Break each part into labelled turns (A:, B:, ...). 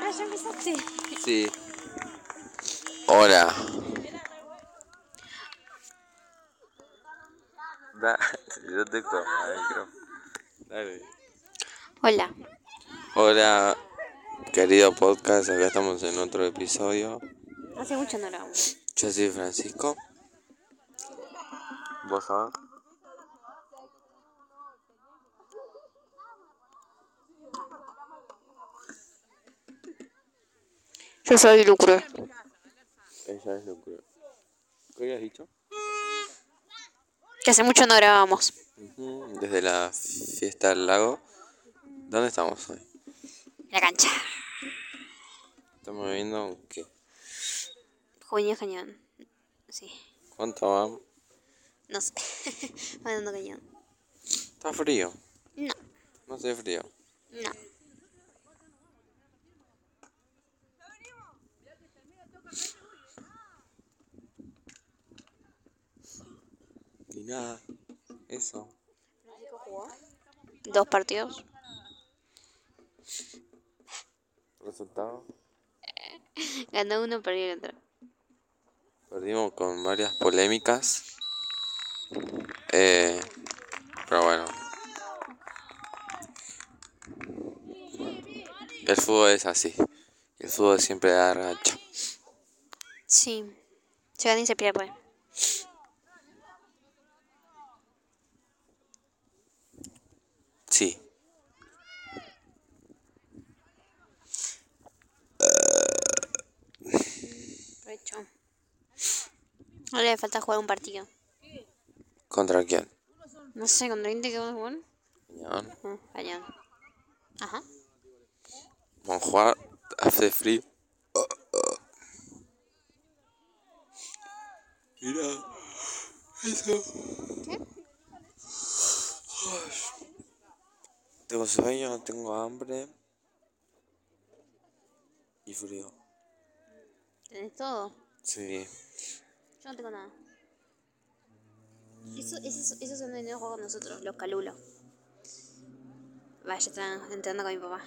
A: Ah, ya empezaste.
B: Sí. Hola. Da, yo te como el micrófono. Dale.
A: Hola.
B: Hola, querido podcast. Acá estamos en otro episodio.
A: Hace mucho no grabamos.
B: Yo soy Francisco. ¿Vos sabés?
A: Yo soy Lucro.
B: Ella es Lucre. ¿Qué habías dicho?
A: Que hace mucho no grabamos.
B: Ujú, Desde la fiesta del lago. ¿Dónde estamos hoy?
A: La cancha.
B: Estamos viendo qué.
A: Junio Cañón. Sí.
B: ¿Cuánto vamos?
A: No sé. Mandando cañón.
B: Está frío.
A: No.
B: No hace frío.
A: No.
B: Y nada. Eso.
A: Dos partidos.
B: Resultado.
A: Ganó uno, perdió el otro.
B: Perdimos con varias polémicas. Eh, pero bueno. El fútbol es así. El fútbol siempre da racha.
A: Sí. Se gana y se pierde.
B: Sí.
A: Recho. Ahora le falta jugar un partido.
B: ¿Contra quién?
A: No sé, ¿con 20 que vamos a jugar?
B: Peñarol.
A: Ah, cañón. Ajá.
B: Vamos a jugar. Hace frío. Mira. Eso. Tengo sueño, tengo hambre. Y frío.
A: ¿Tenés todo?
B: Sí.
A: Yo no tengo nada. Eso, eso, esos son de nuevo con nosotros, los calulos. Vaya, están entrando con mi papá.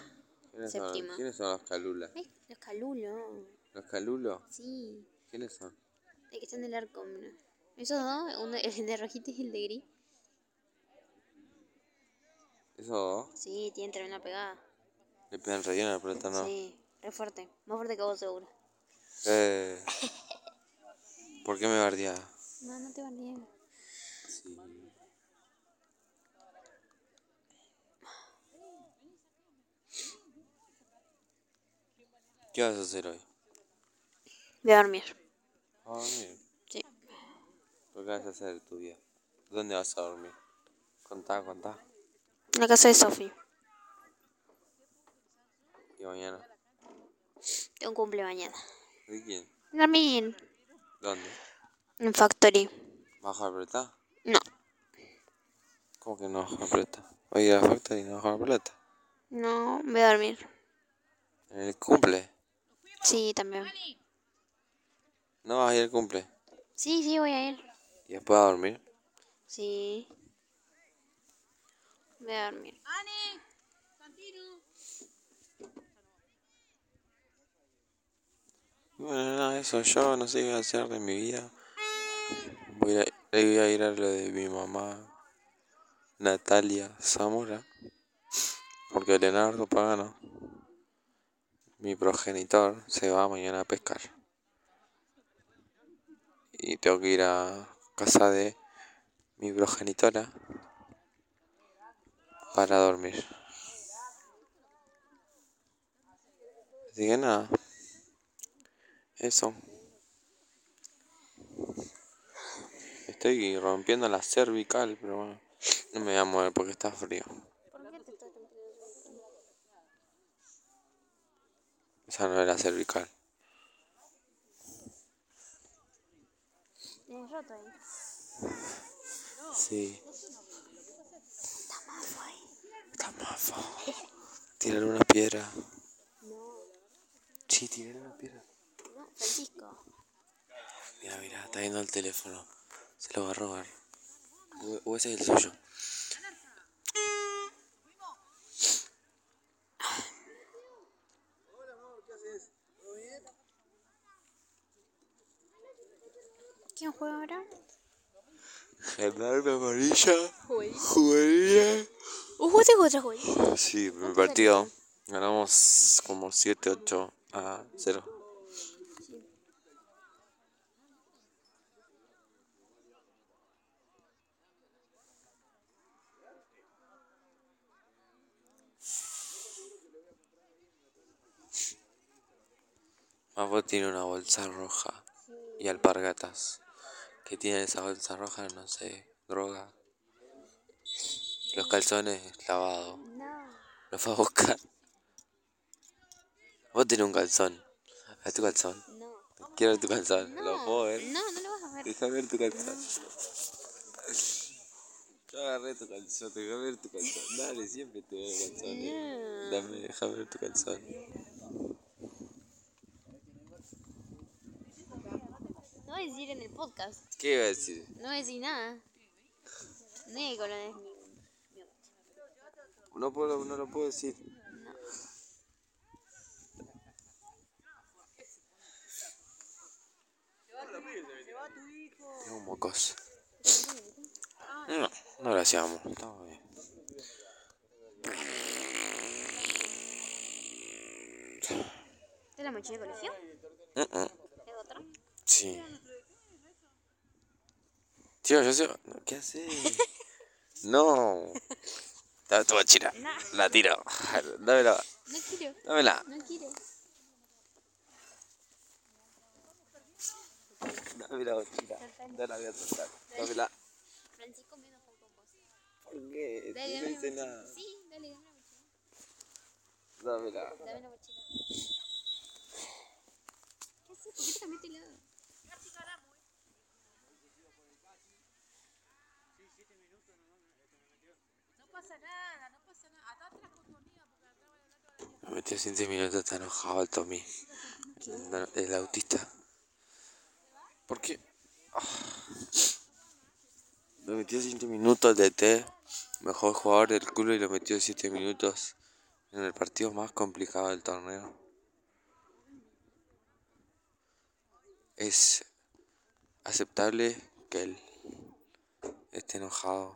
B: ¿Quiénes son,
A: Séptima.
B: ¿Quiénes son los calulas?
A: Ay, los calulos.
B: ¿Los calulos?
A: Sí.
B: ¿Quiénes son?
A: El que está en el arco, mira. Esos dos, uno- el de rojito y el de gris.
B: ¿Esos dos?
A: Sí, tienen tremenda pegada.
B: Le pegan relleno a la pelota, ¿no?
A: Sí, re fuerte. Más fuerte que vos, seguro.
B: Eh, ¿Por qué me bardeaba?
A: No, no te van bien.
B: ¿Qué vas a hacer hoy?
A: Voy a dormir.
B: Ah, bien.
A: Sí.
B: ¿Pero ¿Qué vas a hacer de tu vida? ¿Dónde vas a dormir? Contá, contá.
A: En la casa de Sofi.
B: ¿Y mañana?
A: Tengo un cumple mañana.
B: ¿De quién?
A: Dormir.
B: ¿Dónde?
A: En Factory.
B: ¿Bajo apretar?
A: No.
B: ¿Cómo que no bajo apretar? Hoy a la factory y no bajo apretar.
A: No, voy a dormir.
B: En el cumple.
A: Sí, también.
B: No vas a ir al cumple.
A: Sí, sí, voy a ir.
B: ¿Y después a dormir?
A: Sí. Voy a dormir.
B: Bueno, nada, eso yo no sé qué voy a hacer de mi vida. Voy a, le voy a ir a lo de mi mamá, Natalia Zamora, porque Leonardo Pagano, mi progenitor, se va mañana a pescar. Y tengo que ir a casa de mi progenitora para dormir. Así que nada. Eso. Estoy rompiendo la cervical, pero bueno. No me voy a mover porque está frío. Esa no era cervical.
A: Tienes roto ahí.
B: Sí. Está mafo. Tirar una piedra. Sí, tirar una piedra.
A: No, Francisco.
B: Mira, mira, está viendo el teléfono. Se lo va a robar. O- O ese es el suyo.
A: ¿Quién juega ahora?
B: Gerardo Amarilla.
A: Joel.
B: Jugaría.
A: ¿Vos jugaste contra Joel?
B: Ah, Sí, primer partido. Ganamos como 7-8 a 0. Mapo tiene una bolsa roja y alpargatas. ¿Qué tiene esa bolsa roja? No sé, droga. Los calzones lavados.
A: No.
B: Lo fue a buscar. Vos tenés un calzón. Es tu calzón.
A: No.
B: Quiero tu calzón. Lo puedo
A: No,
B: ver.
A: no, no lo vas a ver.
B: Deja ver tu calzón. Yo agarré tu calzón. Deja ver tu calzón. Dale, siempre te veo calzones.
A: No.
B: Dame, deja ver tu calzón.
A: No voy a decir en el podcast.
B: ¿Qué iba a decir?
A: No voy a decir nada. No hay colores ni.
B: No, puedo, no lo puedo decir. Es un mocoso. No, no lo hacíamos. Estamos bien.
A: ¿Esta es la mochila de colección?
B: Mm, mm.
A: ¿Es otra?
B: Sí. Tío, yo sé. no, ¿Qué haces? No. Dame tu mochila. La tiro. Dámela.
A: No quiero,
B: Dámela.
A: no quiero.
B: Dame la mochila. No la voy a soltar. Dámela.
A: Francisco menos fue con vos.
B: ¿Por qué? Si
A: Dale,
B: no
A: dame
B: hice
A: la
B: nada.
A: Sí, dale, dame la mochila.
B: Dámela.
A: Dame la mochila. ¿Qué haces? ¿Por qué te cambiaste el lado?
B: Me metió 7 minutos, está enojado el Tommy. El, el autista. ¿Por qué? Ah. Lo metió 7 minutos de DT, mejor jugador del club y lo metió 7 minutos en el partido más complicado del torneo. Es aceptable que él esté enojado.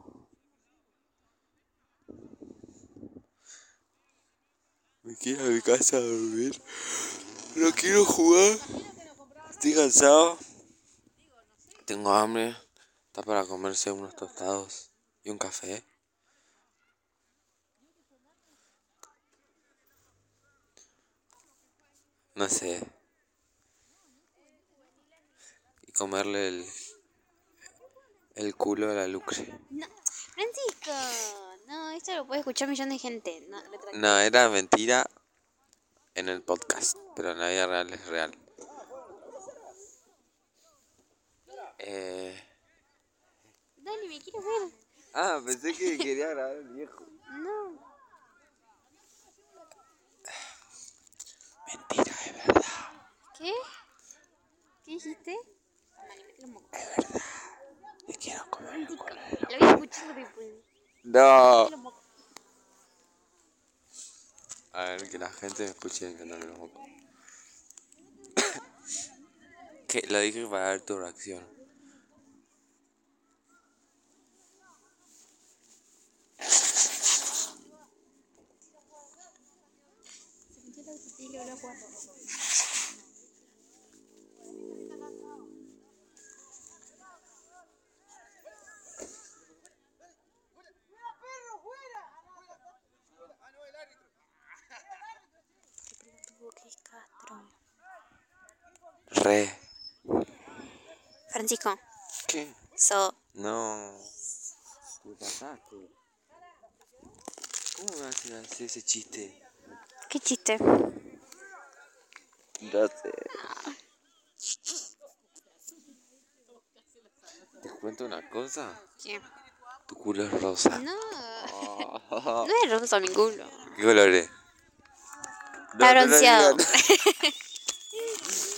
B: Me quiero ir a mi casa a dormir. No quiero jugar. Estoy cansado. Tengo hambre. Está para comerse unos tostados y un café. No sé. Y comerle el, el culo a la lucre.
A: No, Francisco. No, esto lo puede escuchar millón de gente. No, retracto.
B: No, era mentira en el podcast, pero en la vida real es real. Eh...
A: Dale, me quiero ver.
B: Ah, pensé que quería grabar el viejo.
A: No.
B: Mentira, es verdad.
A: ¿Qué? ¿Qué dijiste? Mamá, le metí los mocos.
B: Te quiero comer el culo.
A: Lo voy a escuchar después.
B: No.
A: Metí los mocos.
B: A ver, que la gente me escuche en canal de los mocos. que lo dije para ver tu reacción.
A: Se metió la botella y le voló a jugar. Qué pelotudo que es Castro.
B: Re.
A: Francisco,
B: ¿Qué?
A: so,
B: No. Te pasaste. ¿Cómo me haces hacer ese chiste?
A: ¿qué chiste?
B: No sé. ¿Te cuento una cosa?
A: ¿Qué?
B: Tu culo es rosa.
A: No, no es rosa mi culo.
B: ¿Qué color es?
A: Está
B: No, no, no,
A: bronceado.
B: no, no.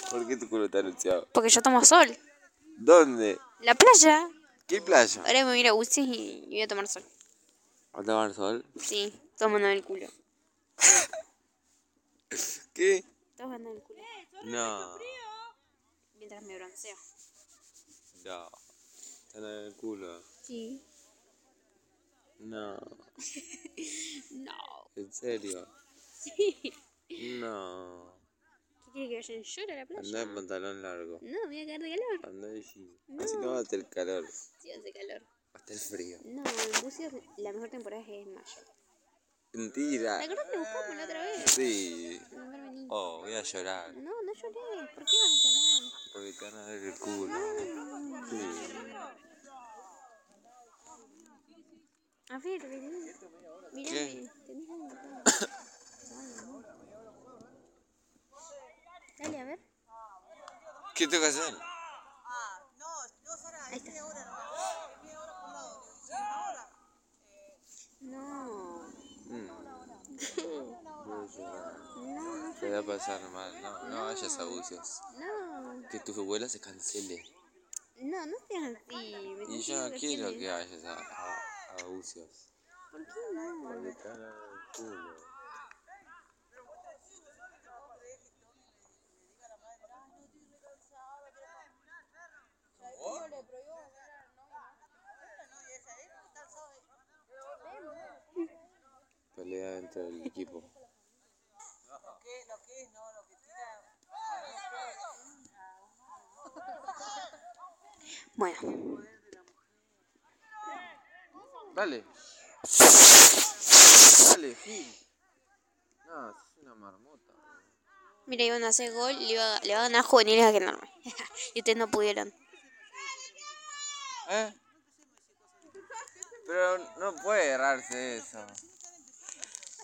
B: ¿Por qué tu culo está anunciado?
A: Porque yo tomo sol.
B: ¿Dónde?
A: La playa.
B: ¿Qué playa?
A: Ahora me voy a ir a UCI y voy a tomar sol.
B: ¿A tomar sol?
A: Sí, tomando el culo.
B: ¿Qué?
A: Tomando el culo.
B: No.
A: Mientras me bronceo.
B: No. Están en el culo.
A: Sí.
B: No.
A: No.
B: ¿En serio?
A: Sí.
B: No.
A: ¿Qué tiene que ver en short a la playa?
B: Andá en pantalón largo.
A: No, voy a caer de calor.
B: Andá en jeans.
A: No.
B: Así no hasta el calor.
A: Sí, hace calor.
B: Hasta el frío.
A: No, en bucios la mejor temporada es en mayo.
B: Mentira.
A: ¿Te acuerdas que buscamos la otra vez?
B: Sí.
A: No, no vení.
B: Oh, voy a llorar.
A: No, no lloré. ¿Por qué vas a llorar?
B: Porque te van a ver el culo. Sí.
A: A ver, vení. Mirame, tenés algo acá. Ay, no. Dale, a ver.
B: ¿Qué tengo que hacer?
A: Ahí está. No.
B: Mm, voy a llorar.
A: No,
B: Te va a pasar mal. No, no vayas a bucios.
A: no.
B: Que tu abuela se cancele.
A: No, no seas así. Me
B: Y
A: estás
B: yo no quiero
A: divertiendo.
B: que vayas a, a, a bucios.
A: ¿Por qué no?
B: te van a ver el culo. Pelea entre el equipo.
A: Bueno,
B: Dale. Dale, Gil. No, sos una marmota.
A: mira, iban a hacer gol le iba, le va a ganar juveniles a Gendarme. y ustedes no pudieron.
B: ¿Eh? Pero no puede errarse eso.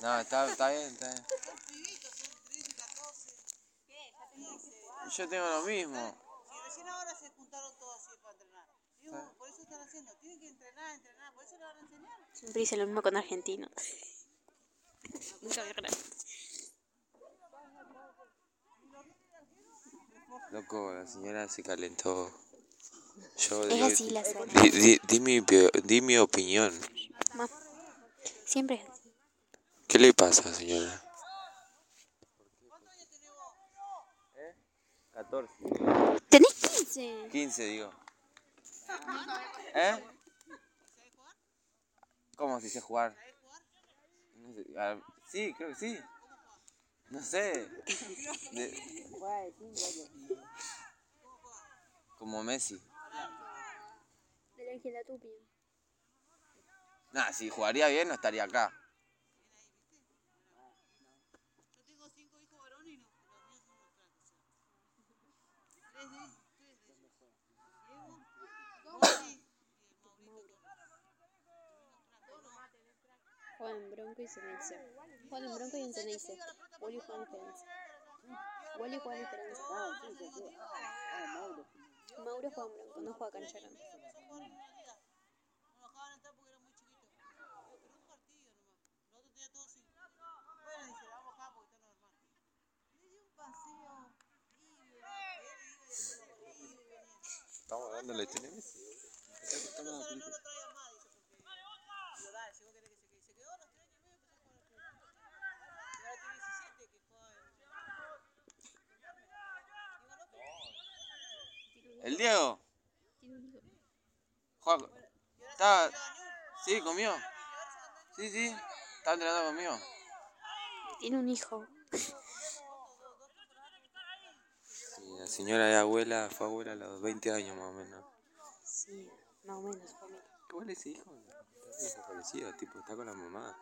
B: No, está, está bien, está bien. Yo tengo lo mismo.
C: Si recién ahora se juntaron todos así para entrenar. Digo, por eso están haciendo. Tienen que entrenar, entrenar. Por eso le van a enseñar.
A: Siempre hice lo mismo con argentinos. Nunca voy a ganar.
B: Loco, la señora se calentó. Yo
A: Es así la zona.
B: di, di- di mi, pio- di mi opinión.
A: Ma, Siempre es así.
B: ¿Qué le pasa, señora? ¿Eh? 14.
A: ¡Tenés 15!
B: 15, digo. ¿Eh? ¿Cómo si sé jugar? No sé, ah, sí, creo que sí. No sé. De- Como Messi.
A: Del ángel la tupi.
B: Nah, si jugaría bien no estaría acá.
A: Juan Bronco y Ceneice. Juan Bronco y Ceneice. Wally Juan Esperanza. Wally Juan Esperanza. Ah, Mauro Juan Bronco, no juega canchero.
C: No acaban de entrar porque eran muy chiquitos. Pero un partido nomás. El otro tenía todos cinco. Bueno, dice, vamos acá porque está normal. Le dio un paseo.
B: Estamos dándole Messi.
C: No lo traigas más, dice. Porque... Digo, dale, si vos querés que se quede. Se quedó a los tres años y medio empezó a jugar al fútbol. Y ahora tiene 17 que juega en...
B: El Diego. Juega. Está. Sí, conmigo. Sí, sí. Está entrenando conmigo.
A: Tiene un hijo.
B: Y la señora es abuela, fue abuela a los 20 años más o menos.
A: Sí, más o menos.
B: ¿Qué vale ese hijo? Está desaparecido, tipo, está con la mamá.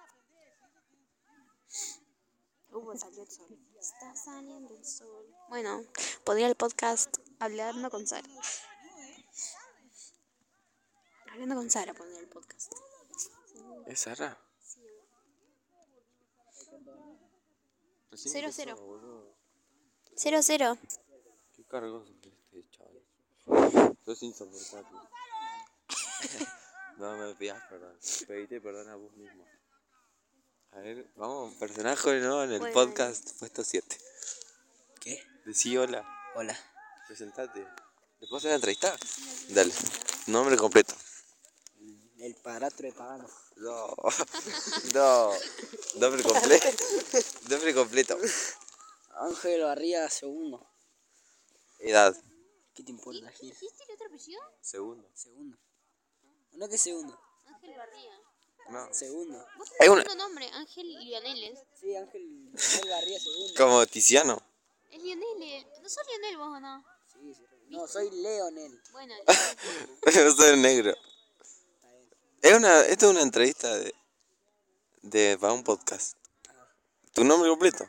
A: Hugo salió el sol. Está saliendo el sol. Bueno, podría el podcast hablando con Sara. Hablando con Sara podría el podcast.
B: ¿Es Sara?
A: Cero,
B: Recién
A: cero.
B: empezó, boludo.
A: 0-0.
B: Qué cargoso que este chaval. Sos insoportable. no me pidas perdón. Pedite perdón a vos mismo. A ver, vamos, personaje nuevo en el
A: Bueno.
B: podcast puesto 7.
D: ¿Qué?
B: Decí hola,
D: Hola.
B: presentate. ¿Después de la entrevista? Dale, nombre completo.
D: El paratro de pagano.
B: No, no, nombre completo. Nombre completo.
D: Ángel Barría segundo.
B: Edad,
D: ¿Qué te importa, Gil?
A: ¿Dijiste el otro apellido?
B: Segundo.
D: Segundo. No, que segundo.
A: Ángel Barría.
B: No.
D: Segundo.
A: Vos
B: Hay
A: tenés
B: una-
A: segundo nombre, Ángel Lioneles.
D: Sí, Ángel, Ángel Barría, segundo.
B: Como Tiziano.
A: Es Lionel, ¿no sos Lionel vos o no?
D: Sí, sí. No, soy Leonel.
A: Bueno, Lionel.
B: Yo soy negro.
D: Está bien.
B: Es una, esto es una entrevista de, de para un podcast. ¿Tu nombre completo?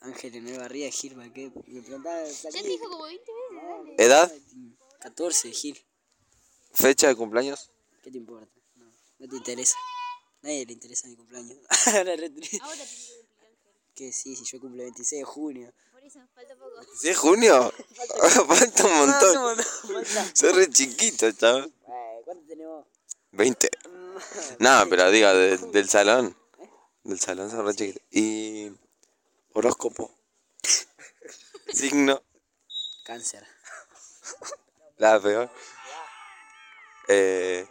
D: Ángel Leonel Barría, Gil, ¿para qué? Me preguntaba.
A: ya te dijo como 20 veces, dale.
B: ¿Edad?
D: 14, Gil.
B: ¿Fecha de cumpleaños?
D: ¿Qué te importa? No, no te interesa. Nadie le interesa mi cumpleaños. Ahora re triste.
A: Ahora te digo cumplir Ángel.
D: Que sí, si yo cumple 26 de junio.
A: Por eso me falta poco.
B: ¿Sí, junio? Falta un montón.
D: Falta-
B: Soy re chiquito, chaval.
D: Ay, Eh, ¿Cuánto tenemos?
B: 20. No, pero diga, de- del salón. Del salón son re chiquitos. Y. Horóscopo. Signo.
D: Cáncer.
B: La peor. Eh,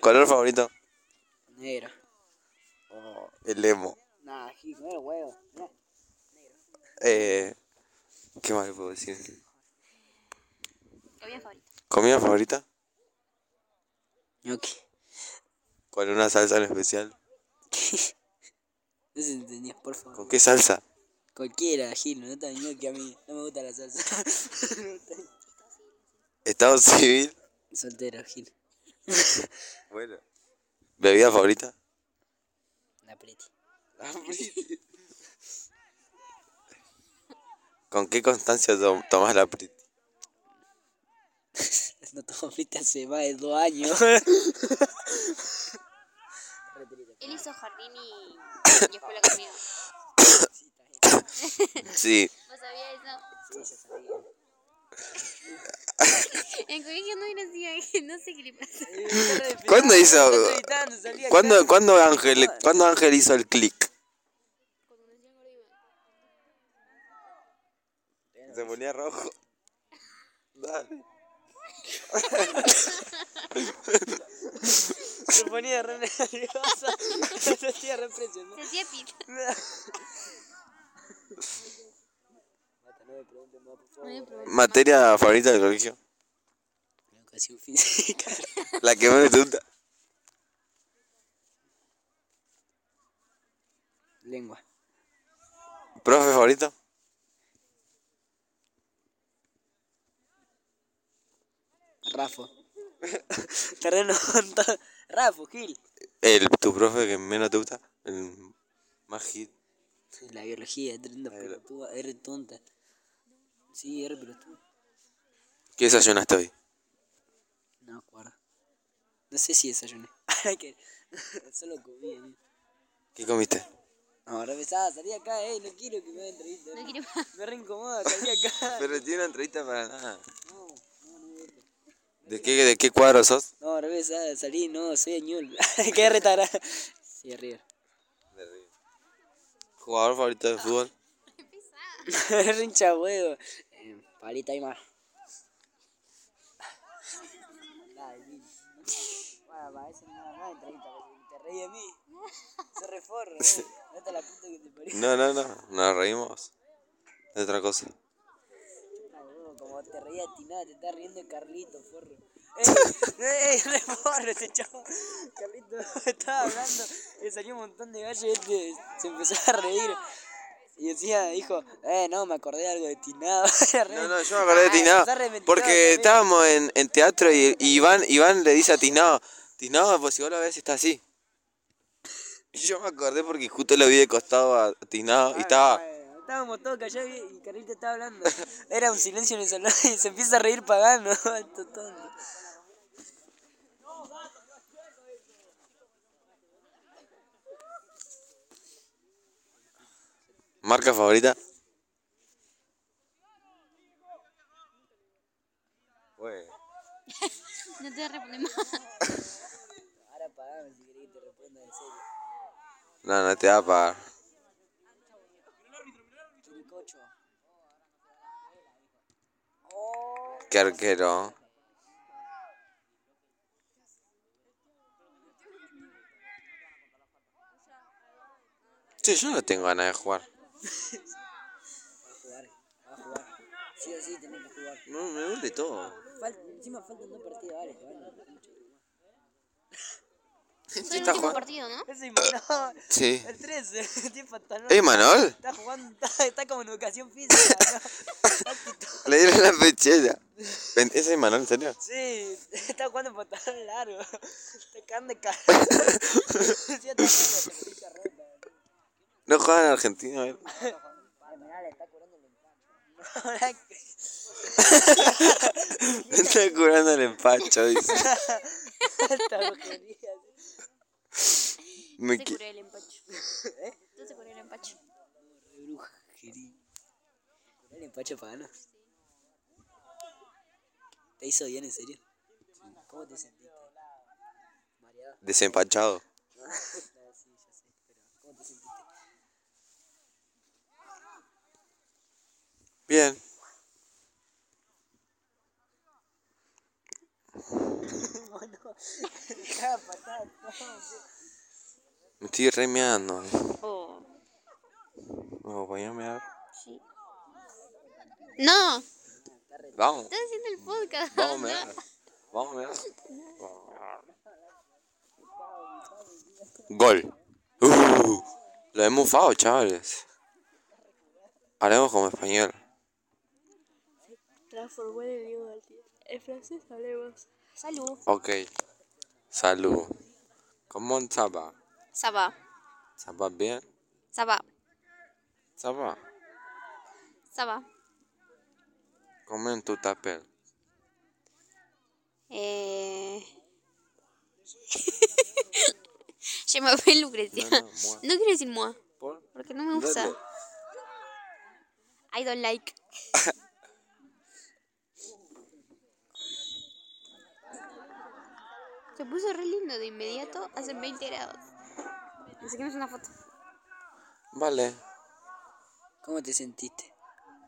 B: color favorito.
D: Negro.
B: El emo.
D: Nah, Gil, no era huevo. Mirá.
B: Eh, ¿Qué más le puedo decir?
A: Comida favorita.
B: ¿Comida favorita?
D: Gnocchi.
B: ¿Con una salsa en especial?
D: No se entendía, por favor.
B: ¿Con qué salsa?
D: Cualquiera, Gil, no está gnocchi a mí. No me gusta la salsa. No gusta.
B: ¿Estado civil?
D: Soltero, Gil.
B: Bueno. ¿Bebida favorita?
D: La preti.
B: ¿Con qué constancia to- tomás la Prit?
D: No tomo frita hace más de dos años.
A: Él hizo jardín y, y escuela conmigo.
B: Sí.
A: ¿Vos sabías eso? En colegio no era así, que no sé qué le pasa.
B: ¿Cuándo hizo? ¿Cuándo, cuándo Ángel, ¿cuándo Ángel hizo el click?
A: Cuando nació el gordo Iván.
B: Se ponía rojo. Dale.
D: Se ponía re nerviosa. Se hacía re
A: Se hacía pita. No hay problema.
B: ¿Materia favorita del colegio?
D: Educación física.
B: La que menos te gusta.
D: Lengua.
B: ¿Profe favorito?
D: Rafo. Terreno. to- Rafo, Gil.
B: El, ¿Tu profe que menos te gusta? El más hit.
D: La biología, es tremenda pelotuda. Eres tonta. Sí, eres pelotuda.
B: ¿Qué desayunaste hoy?
D: No me acuerdo. No sé si desayuné. Ahora que. Solo comí. amigo.
B: ¿Qué comiste?
D: Ahora empezaba, salí acá, eh. No quiero que me hagan entrevista.
A: No quiero más.
D: Me re incomoda, salí acá.
B: Pero tiene una entrevista para nada.
D: No, no, no. no.
B: ¿De qué, de qué cuadro sos?
D: No, al revés, ah, salí, no, soy Añul. Qué retara. Sí, River.
B: ¿Jugador favorito de fútbol?
D: Rincha huevo. Eh, palita y más. Bueno, para eso nada más entrevista, porque te reí de mí. Se reforro, eh. No te la puta que te parió.
B: No, no, no. Nos reímos. De otra cosa.
D: Ah, huevo, Como te reía a ti nada, te estás riendo de Carlito, forro. ¡Eh! ¡Eh! ¡Reforro este chavo! Carlito estaba hablando, le salió un montón de gallo y este se empezó a reír. Y decía, dijo, eh, no, me acordé de algo de Tinado.
B: No, no, yo me acordé de
D: Ah,
B: Tinado. Porque estábamos en, en teatro y, y Iván, Iván le dice a Tinado, Tinado, pues si vos lo ves está así. Y Yo me acordé porque justo lo vi de costado a Tinado y estaba...
D: Estábamos todos callados y y Carlito estaba hablando. Era un silencio en el salón y se empieza a reír pagano. esto tonto.
B: ¿Marca favorita? Bueno.
A: No te voy a responder más.
D: Ahora pagano si querés que te responda en serio.
B: No, no te va a pagar.
D: Churicocho.
B: Qué arquero. Che, yo no tengo ganas de jugar.
D: Va a jugar, va a jugar. Sí o sí tenés que jugar.
E: No, me duele todo.
D: Fal- encima faltan dos partidos ahora, te van a dar mucho.
A: Es
B: Sí,
A: el
B: está
A: último
B: jugando.
A: partido, ¿no?
D: Ese Imanol.
B: Sí.
D: El 13. Tiene pantalón.
B: ¿Eh, Manol?
D: Está jugando, está, está como en educación física. ¿no?
B: Le dieron la pechera. Ven, ¿Ese es Manol, en serio?
D: sí, está jugando en pantalón largo. Te caen de cara. sí, está jugando con la camisa rota.
B: No juega en Argentina, a ver.
D: Parmenal está curando el impacto.
B: Está curando el empacho, dice.
D: Esta brujería.
B: Me
A: Yo te
B: qui-
A: curé el empacho. Yo te curé el empacho.
D: Brujería. El empacho pagano. ¿Te hizo bien, en serio? ¿Cómo te sentiste? Mareado.
B: Desempachado.
D: sí, ya sé, pero ¿cómo te sentiste?
B: Bien.
D: Cada patada, todo.
B: Me estoy remeando.
A: Oh,
B: No, voy a mear.
A: sí. No, estás
B: Vamos.
A: haciendo el podcast.
B: Vamos a
A: no.
B: mear. Vamos a mear. Vamos a mear. Gol. Uh, lo hemos mufado, chavales. Hablemos como español.
A: Transformó el idioma al tío. El francés hablemos. Salud.
B: Ok. Salud. ¿Cómo ça va?
A: Ça va.
B: ¿Ça va bien?
A: Ça va.
B: ¿Ça va?
A: Ça va.
B: ¿Cómo tu t'appelles?
A: Eh... Je m'appelle Lucrecia.
B: No, no, moi.
A: No quiero decir moi,
B: ¿Por?
A: porque no me gusta.
B: Dale.
A: I don't like. Se puso re lindo de inmediato, hace 20 grados. Así que me hizo una foto.
B: Vale.
D: ¿Cómo te sentiste?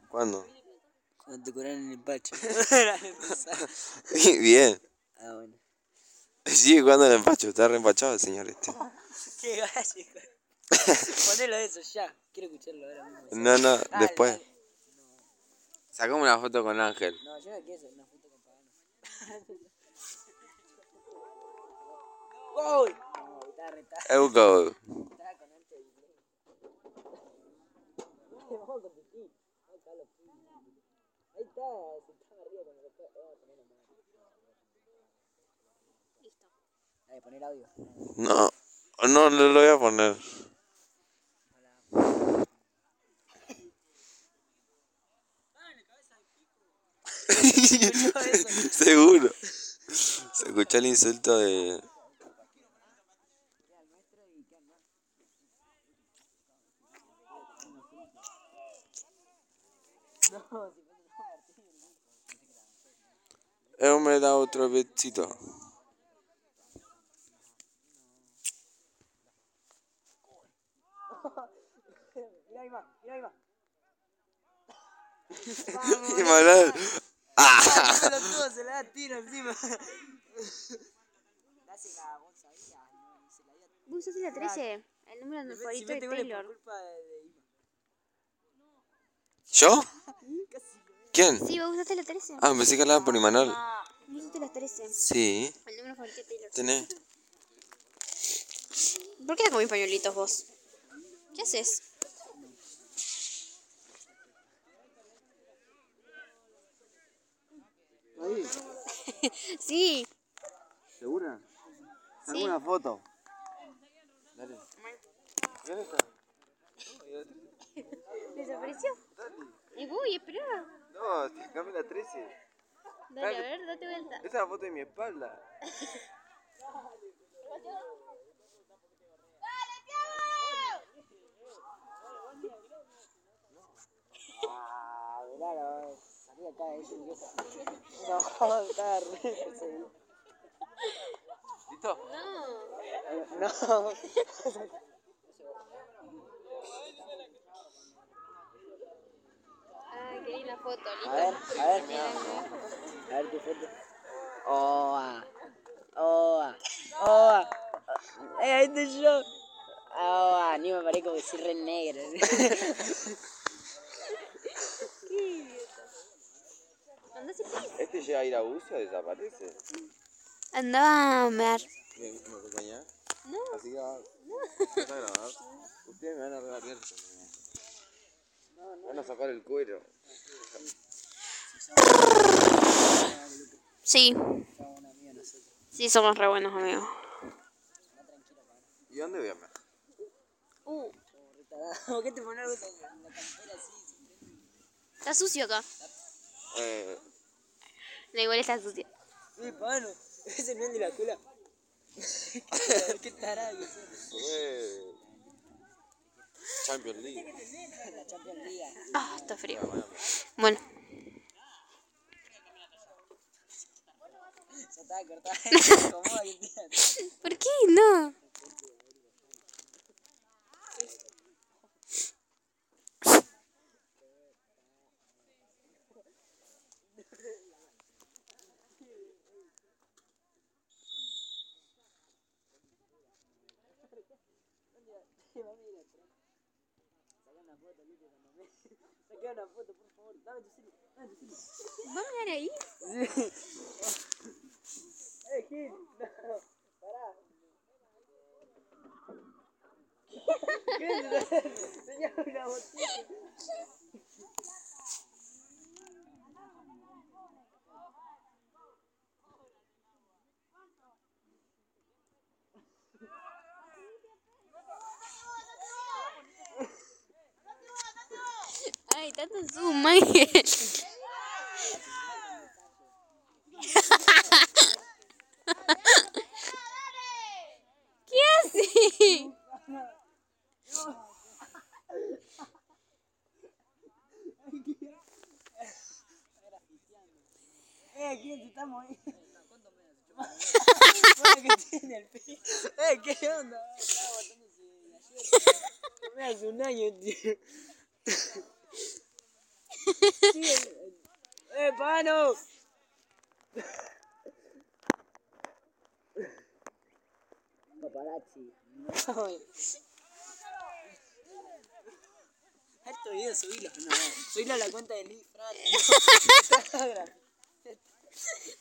B: ¿Cuándo?
D: Cuando te curaron el empacho.
B: bien.
D: ah, bueno.
B: Sigue jugando el empacho. Está re empachado el señor este.
D: Qué gallo. Ponelo eso ya. Quiero escucharlo ahora mismo.
B: No, no,
D: Dale,
B: después.
D: dale.
B: Sacamos una foto con Ángel.
D: No, yo no quiero hacer una foto con Pagano. ¡Gol! No, está retado.
B: Eu go.
D: Vamos con tu team. Ahí está, lo team. Ahí está, sentado arriba con el doctor. Vamos a poner Oh, la mano.
A: Listo.
D: Dale, poner audio.
B: No, no no lo voy a poner. Seguro. Se escuchó el insulto de. Él me da otro besito.
D: Mira, Iván, mira, Iván.
B: Y Manuel. ¡Ah!
D: pelotudo se le da tiro encima. Dásela a González.
A: Vos sos la 13, el número de
D: Si
A: favorito de
D: mete gol es por
A: Taylor.
D: culpa de, de Iván.
B: ¿Yo? ¿Quién?
A: Sí, vos usaste la 13.
B: Ah, pensé que hablaba por Imanol.
A: Vos usaste la 13,
B: Sí,
A: el número favorito de Taylor.
B: tenés.
A: ¿Por qué comís pañuelitos vos? ¿Qué haces?
E: Ahí,
A: Sí.
E: ¿segura? Saca
A: Sí.
E: una foto. Dale. ¿Qué es esa?
A: ¿Desapareció? Y uy, espera.
E: No, sí, cambia la 13.
A: Dale, a ver, date vuelta.
E: Esa es la foto de mi espalda.
D: Ah, claro, salí acá de ese idiota. No, está re. sí.
E: ¿Listo?
A: No.
D: No.
A: Ah, quería la foto,
D: A ver,
A: listo.
D: a ver. A ver tu foto. Oa. Oa. Oa. Eh, ahí estoy yo. Oa, ni me parezco que soy re negro.
F: ir ¿Este a buzo desaparece.
A: Andaba a mear.
F: ¿Me, me acompañás?
A: No.
F: Así ah, grabado. ¿Vas a grabar? Ustedes me van a regalar. Me van a sacar el cuero.
A: Sí. Sí, somos re buenos amigos.
F: ¿Y dónde voy a mear?
A: Uh,
D: ¿Por qué te pones algo en la campera así?
A: está sucio acá.
F: Eh,
A: No, igual está sucio.
D: Uy, pano, ese no es de la escuela. qué tarado que sos.
F: fue Champions League.
D: La Champions League.
A: Ah, está frío. Bueno,
D: Ya estaba cortada. ¿Cómo hay
A: ¿por qué no?
D: Saca una foto, por favor. Dame tu celular. Dame tu celular.
A: ¿Vamos a ahí?
D: Eh, Gil. No. Pará. ¿Qué es? Tenía una botella.
A: Ay, tanto zoom, Ángel. ¿Qué hace?
D: Eh, ¿quién te está moviendo? ¿Cuánto me que tiene el pelo? Eh, ¿qué onda? Estaba botándose la yerba. Me hace un año, tío. Sí, el- ¡Eh, pano! Paparazzi. No. Estos videos subilos, no. Subilo a la cuenta de Lee Fran. No. Instagram.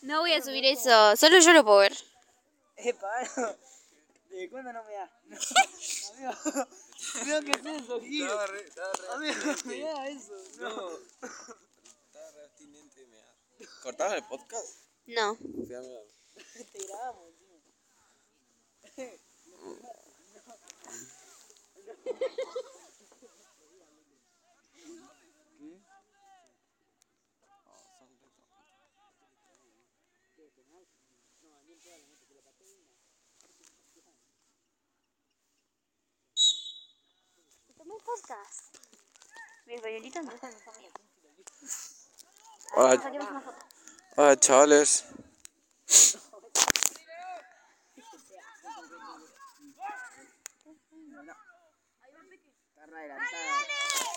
A: No voy a subir eso, solo yo lo puedo ver.
D: Eh, pano. ¿Desde eh, cuándo no me da? No, amigo. Amigo, ¿qué es eso, Gil? Amigo, me da eso. No.
F: Estaba re abstinente de mear. ¿Cortaron el podcast?
A: No.
F: Fui a mear.
D: Te grabamos, tío.
A: Tomó podcast. Mi españolito no.
B: Hola, hola, chavales.
D: Está re adelantado.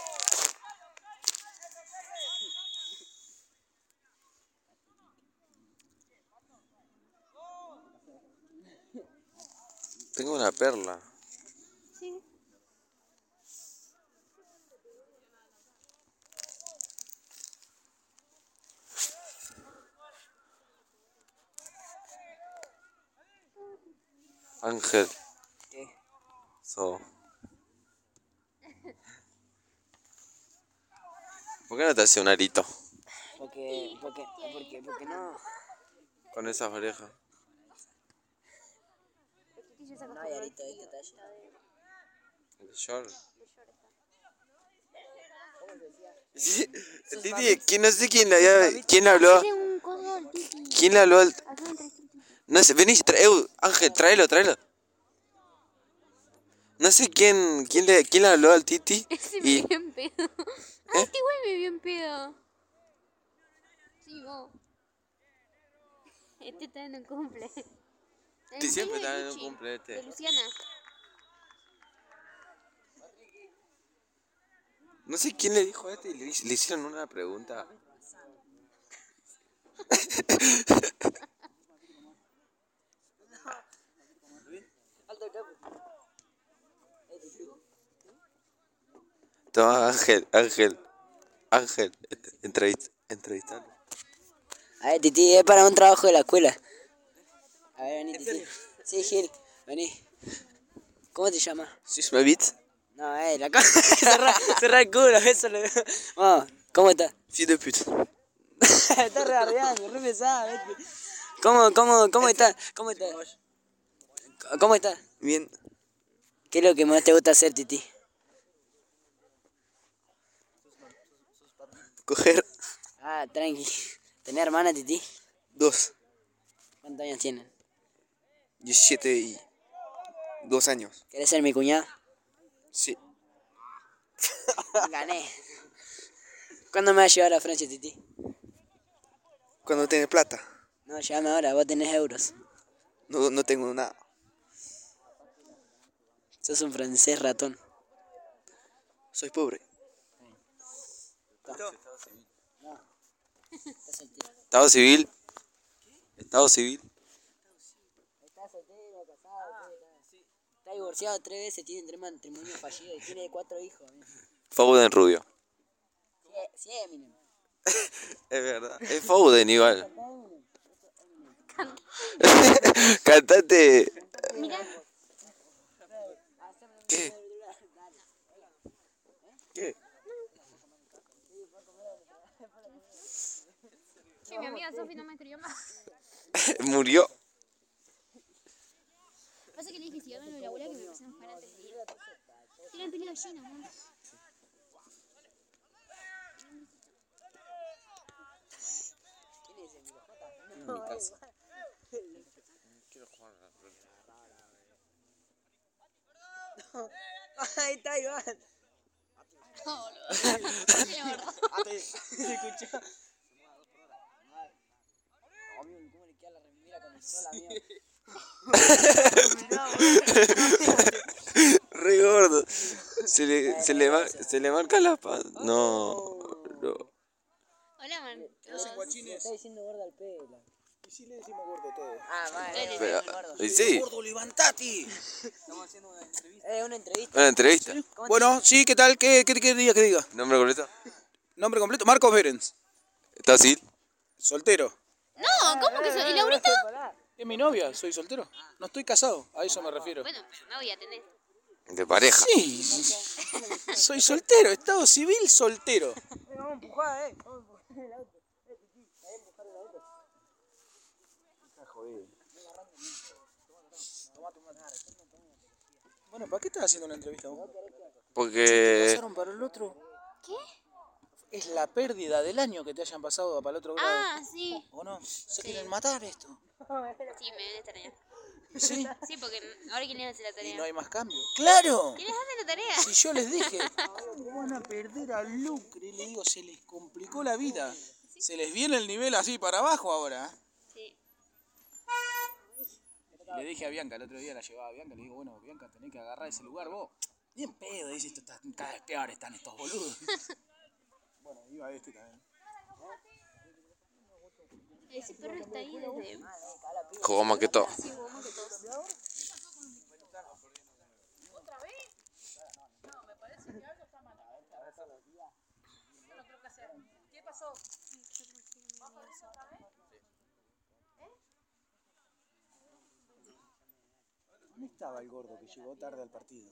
B: Tengo una perla. Ángel,
D: ¿Qué?
B: so. ¿Por qué no te hace un arito
D: Porque, porque, porque, porque no.
B: con esas orejas?
D: No hay arito de este talle.
B: El short. Sí, el Titi, que no sé quién, había- quién habló.
A: un codo al titi.
B: ¿Quién le habló al.?
A: Hacé un tres-
B: No sé, vení, tra- eu, Ángel, tráelo, tráelo. No sé quién, quién, le, quién le habló al Titi.
A: Ese me
B: Y, ¿Eh?
A: vio en pedo. Ah, este igual me vio en pedo. Sí, vos. Este está en un cumple. El
B: Este siempre
A: cumpleaños de
B: está en un
A: Luchi,
B: cumple, este.
A: De Luciana.
B: no sé quién le dijo a este y le, le hicieron una pregunta.
D: Alto capo.
B: Toma, Ángel, Ángel, Ángel, entrevista, entrevistalo.
D: A ver, Titi, es para un trabajo de la escuela. A ver, vení, Titi. Sí, Gil, vení. ¿Cómo te llamas?
B: ¿Sus me bit?
D: No, eh, la cosa. cerrar el culo, eso le. Vamos, ¿cómo estás?
B: Fille de pute.
D: estás re arreando, re pesada, vete. ¿Cómo, cómo, cómo estás? ¿Cómo estás? ¿Cómo estás?
B: Bien.
D: ¿Qué es lo que más te gusta hacer, Titi?
B: Coger
D: Ah, tranqui. ¿Tenés hermana, Titi?
B: dos.
D: ¿Cuántos años tienen?
B: 17 y... Dos años.
D: ¿Querés ser mi cuñada?
B: Sí.
D: Gané. ¿Cuándo me vas a llevar a Francia, Titi?
B: Cuando tenés plata.
D: No, llévame ahora, vos tenés euros.
B: No, no tengo nada.
D: Sos un francés ratón.
B: Soy pobre. Estado civil. Estado civil.
D: Está soltero, casado, está divorciado tres veces, tiene tres matrimonios fallidos y tiene cuatro hijos.
B: Foden rubio.
D: Sí, Eminem.
B: Es verdad. Es Foden igual. Cantate.
A: Mira,
B: ¿Qué? ¿Qué?
E: Che, mi amiga Sofi no me escribió más.
B: Murió.
E: Pasa que le dije si yo no la abuela que me pasen para antes de ir. Tienen pila de gallina, ¿no?
D: Ahí está Iván. escuchó. Amigo, ¿cómo le queda la remera con el sol, amigo?
B: Re gordo. Se le, se le, mar- se le marca la paz. No. no.
E: Hola, man.
D: Le está diciendo gorda al pelo.
C: Y si le decimos gordo todo.
D: Ah, vale.
B: Pero- y sí,
C: Gordo, levantate.
D: Estamos haciendo una entrevista. Eh, una entrevista.
B: una entrevista.
C: Bueno, sí, ¿qué tal? ¿Qué, qué, qué diga que diga?
B: ¿Nombre completo?
C: Nombre completo, Marcos Berens.
B: ¿Está civil?
C: Soltero.
E: No, ¿cómo que
C: Ah.
E: soy? ¿Y Laurita?
C: Es mi novia, soy soltero. No estoy casado, a eso me refiero.
E: Bueno, pero no voy a tener.
B: De pareja.
C: Sí, soy soltero, estado civil soltero.
D: Vamos a empujar, eh. Vamos a empujar.
C: Bueno, ¿para qué estás haciendo una entrevista vos?
B: Porque.
C: Pasaron para el otro.
E: ¿Qué?
C: Es la pérdida del año que te hayan pasado para el otro grado.
E: Ah, sí.
C: ¿O no? Se quieren matar esto.
E: Sí, me van a extrañar.
C: Sí.
E: Sí, porque ahora quién les hace la
C: Y no
E: tarea.
C: hay más cambio. ¡Claro!
E: ¿Quién les hace la tarea?
C: Si yo les dije, ¿cómo van a perder a Lucre? Le digo, se les complicó la vida. Se les viene el nivel así para abajo ahora.
E: Sí.
C: Le dije a Bianca, el otro día la llevaba a Bianca, le digo, bueno, Bianca, tenés que agarrar ese lugar vos. Bien pedo, dice, esto está, cada vez peor están estos boludos. bueno, iba este también.
E: Ese perro está ahí desde...
C: Ah,
B: Jugó más que todo.
E: Sí, hubo más que todos.
C: ¿Dónde estaba el gordo que llegó tarde al partido?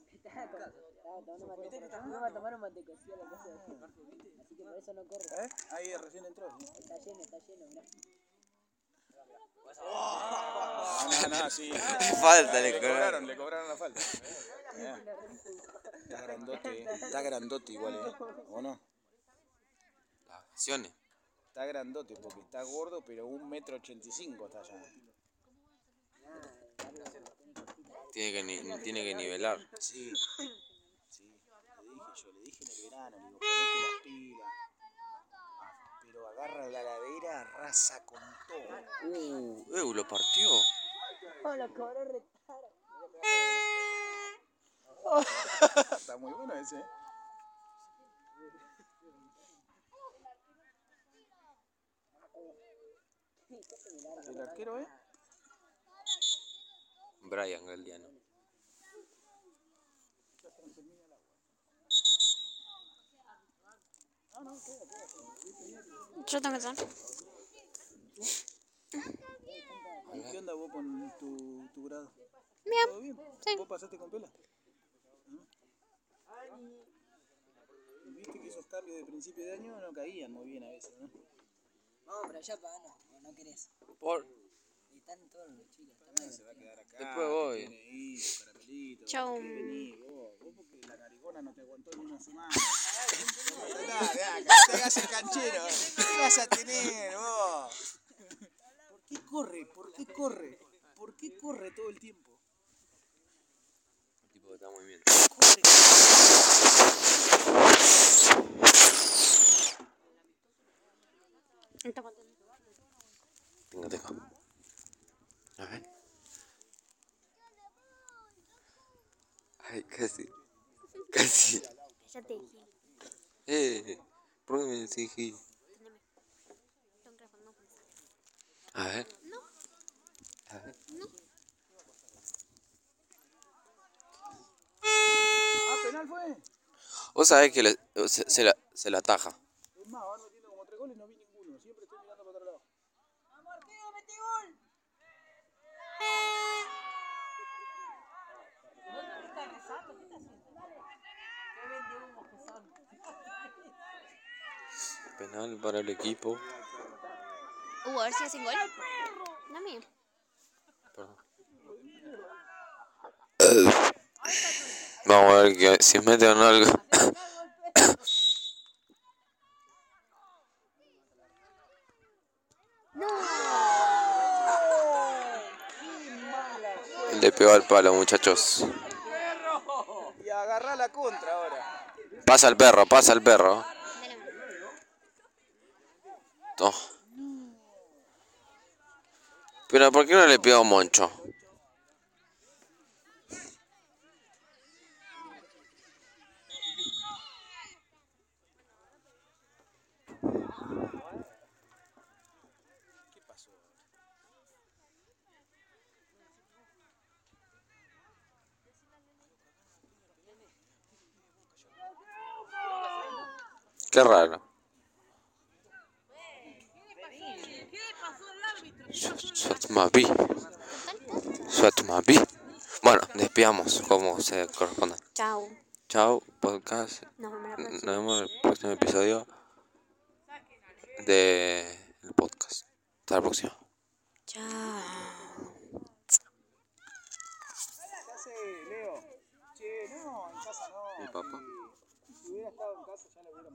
D: No va a tomar un mantecocillo la casa de Así que por eso no corre.
C: ¿Eh? Ahí recién entró. ¿sí?
D: Está lleno, está lleno, mirá.
C: Ah, No, no, sí.
B: Falta le cobraron.
C: le cobraron la falta. Está grandote, eh. está grandote igual, eh. ¿o no?
B: Las acciones.
C: Está grandote porque está gordo, pero un metro ochenta y cinco está allá.
B: Tiene que, ni- tiene que nivelar.
C: Sí. Sí. Le dije yo, le dije en el verano, le digo, ponete las pilas. Ah, Pero agarra la ladera, arrasa con todo.
B: Uh, eh, lo partió.
C: Está muy bueno ese. ¿eh? El arquero, ¿eh?
B: Brian Galdiano.
E: Yo tengo que estar.
C: ¿Y qué onda vos con tu, tu grado?
A: Bien.
C: ¿Todo bien?
A: Sí.
C: ¿Vos pasaste con pela? ¿Mm? Viste que esos cambios de principio de año no caían muy bien a veces, ¿no?
D: Vamos para allá, pagano. O no querés.
F: Por,
D: Están todos los chicos. Están
C: Se va a quedar acá.
F: Después voy.
C: te tiene ahí, su carapelito,
A: Chau.
C: ¿por qué venís vos? Vos porque la narigona no te aguantó ni una semana. Andá, de acá, te hagas el canchero. ¿eh? ¿Qué vas a tener vos? ¿Por qué corre? ¿Por qué corre? ¿Por qué corre todo el tiempo?
F: tipo, está muy bien.
A: No está contento.
B: Tengo, tengo. A ver. Ay, casi. Casi.
E: Ya te dije.
B: Eh, ¿por qué me decís Gil?
E: Tengo que responder, no pensar.
B: A ver.
E: No.
B: A ver.
C: Ah, penal fue.
B: Vos sabés que le- se, se la, se la ataja.
C: Es más, van metiendo como tres goles y no vi ninguno. Siempre estoy mirando para otro lado.
B: Penal para el equipo.
E: Uh, a ver si hacen gol. Dame.
B: Perdón. Vamos a ver que, si mete o no algo. Le pegó al palo, muchachos.
C: Y agarrá la contra ahora.
B: Pasa el perro, pasa el perro.
E: Dale.
B: No. Pero ¿por qué no le pido a Moncho? Qué raro. Suatmabi. Suatmabi. Bueno, despidamos como se corresponde.
E: Chao.
B: Chao, podcast.
E: Nos vemos la
B: Nos
E: próxima.
B: vemos en el próximo episodio del podcast. Hasta la próxima.
E: Chao.
C: ¿Qué hace, Leo? Che, no, en casa no.
B: El papá.
C: Si hubiera estado en casa ya lo hubiera matado.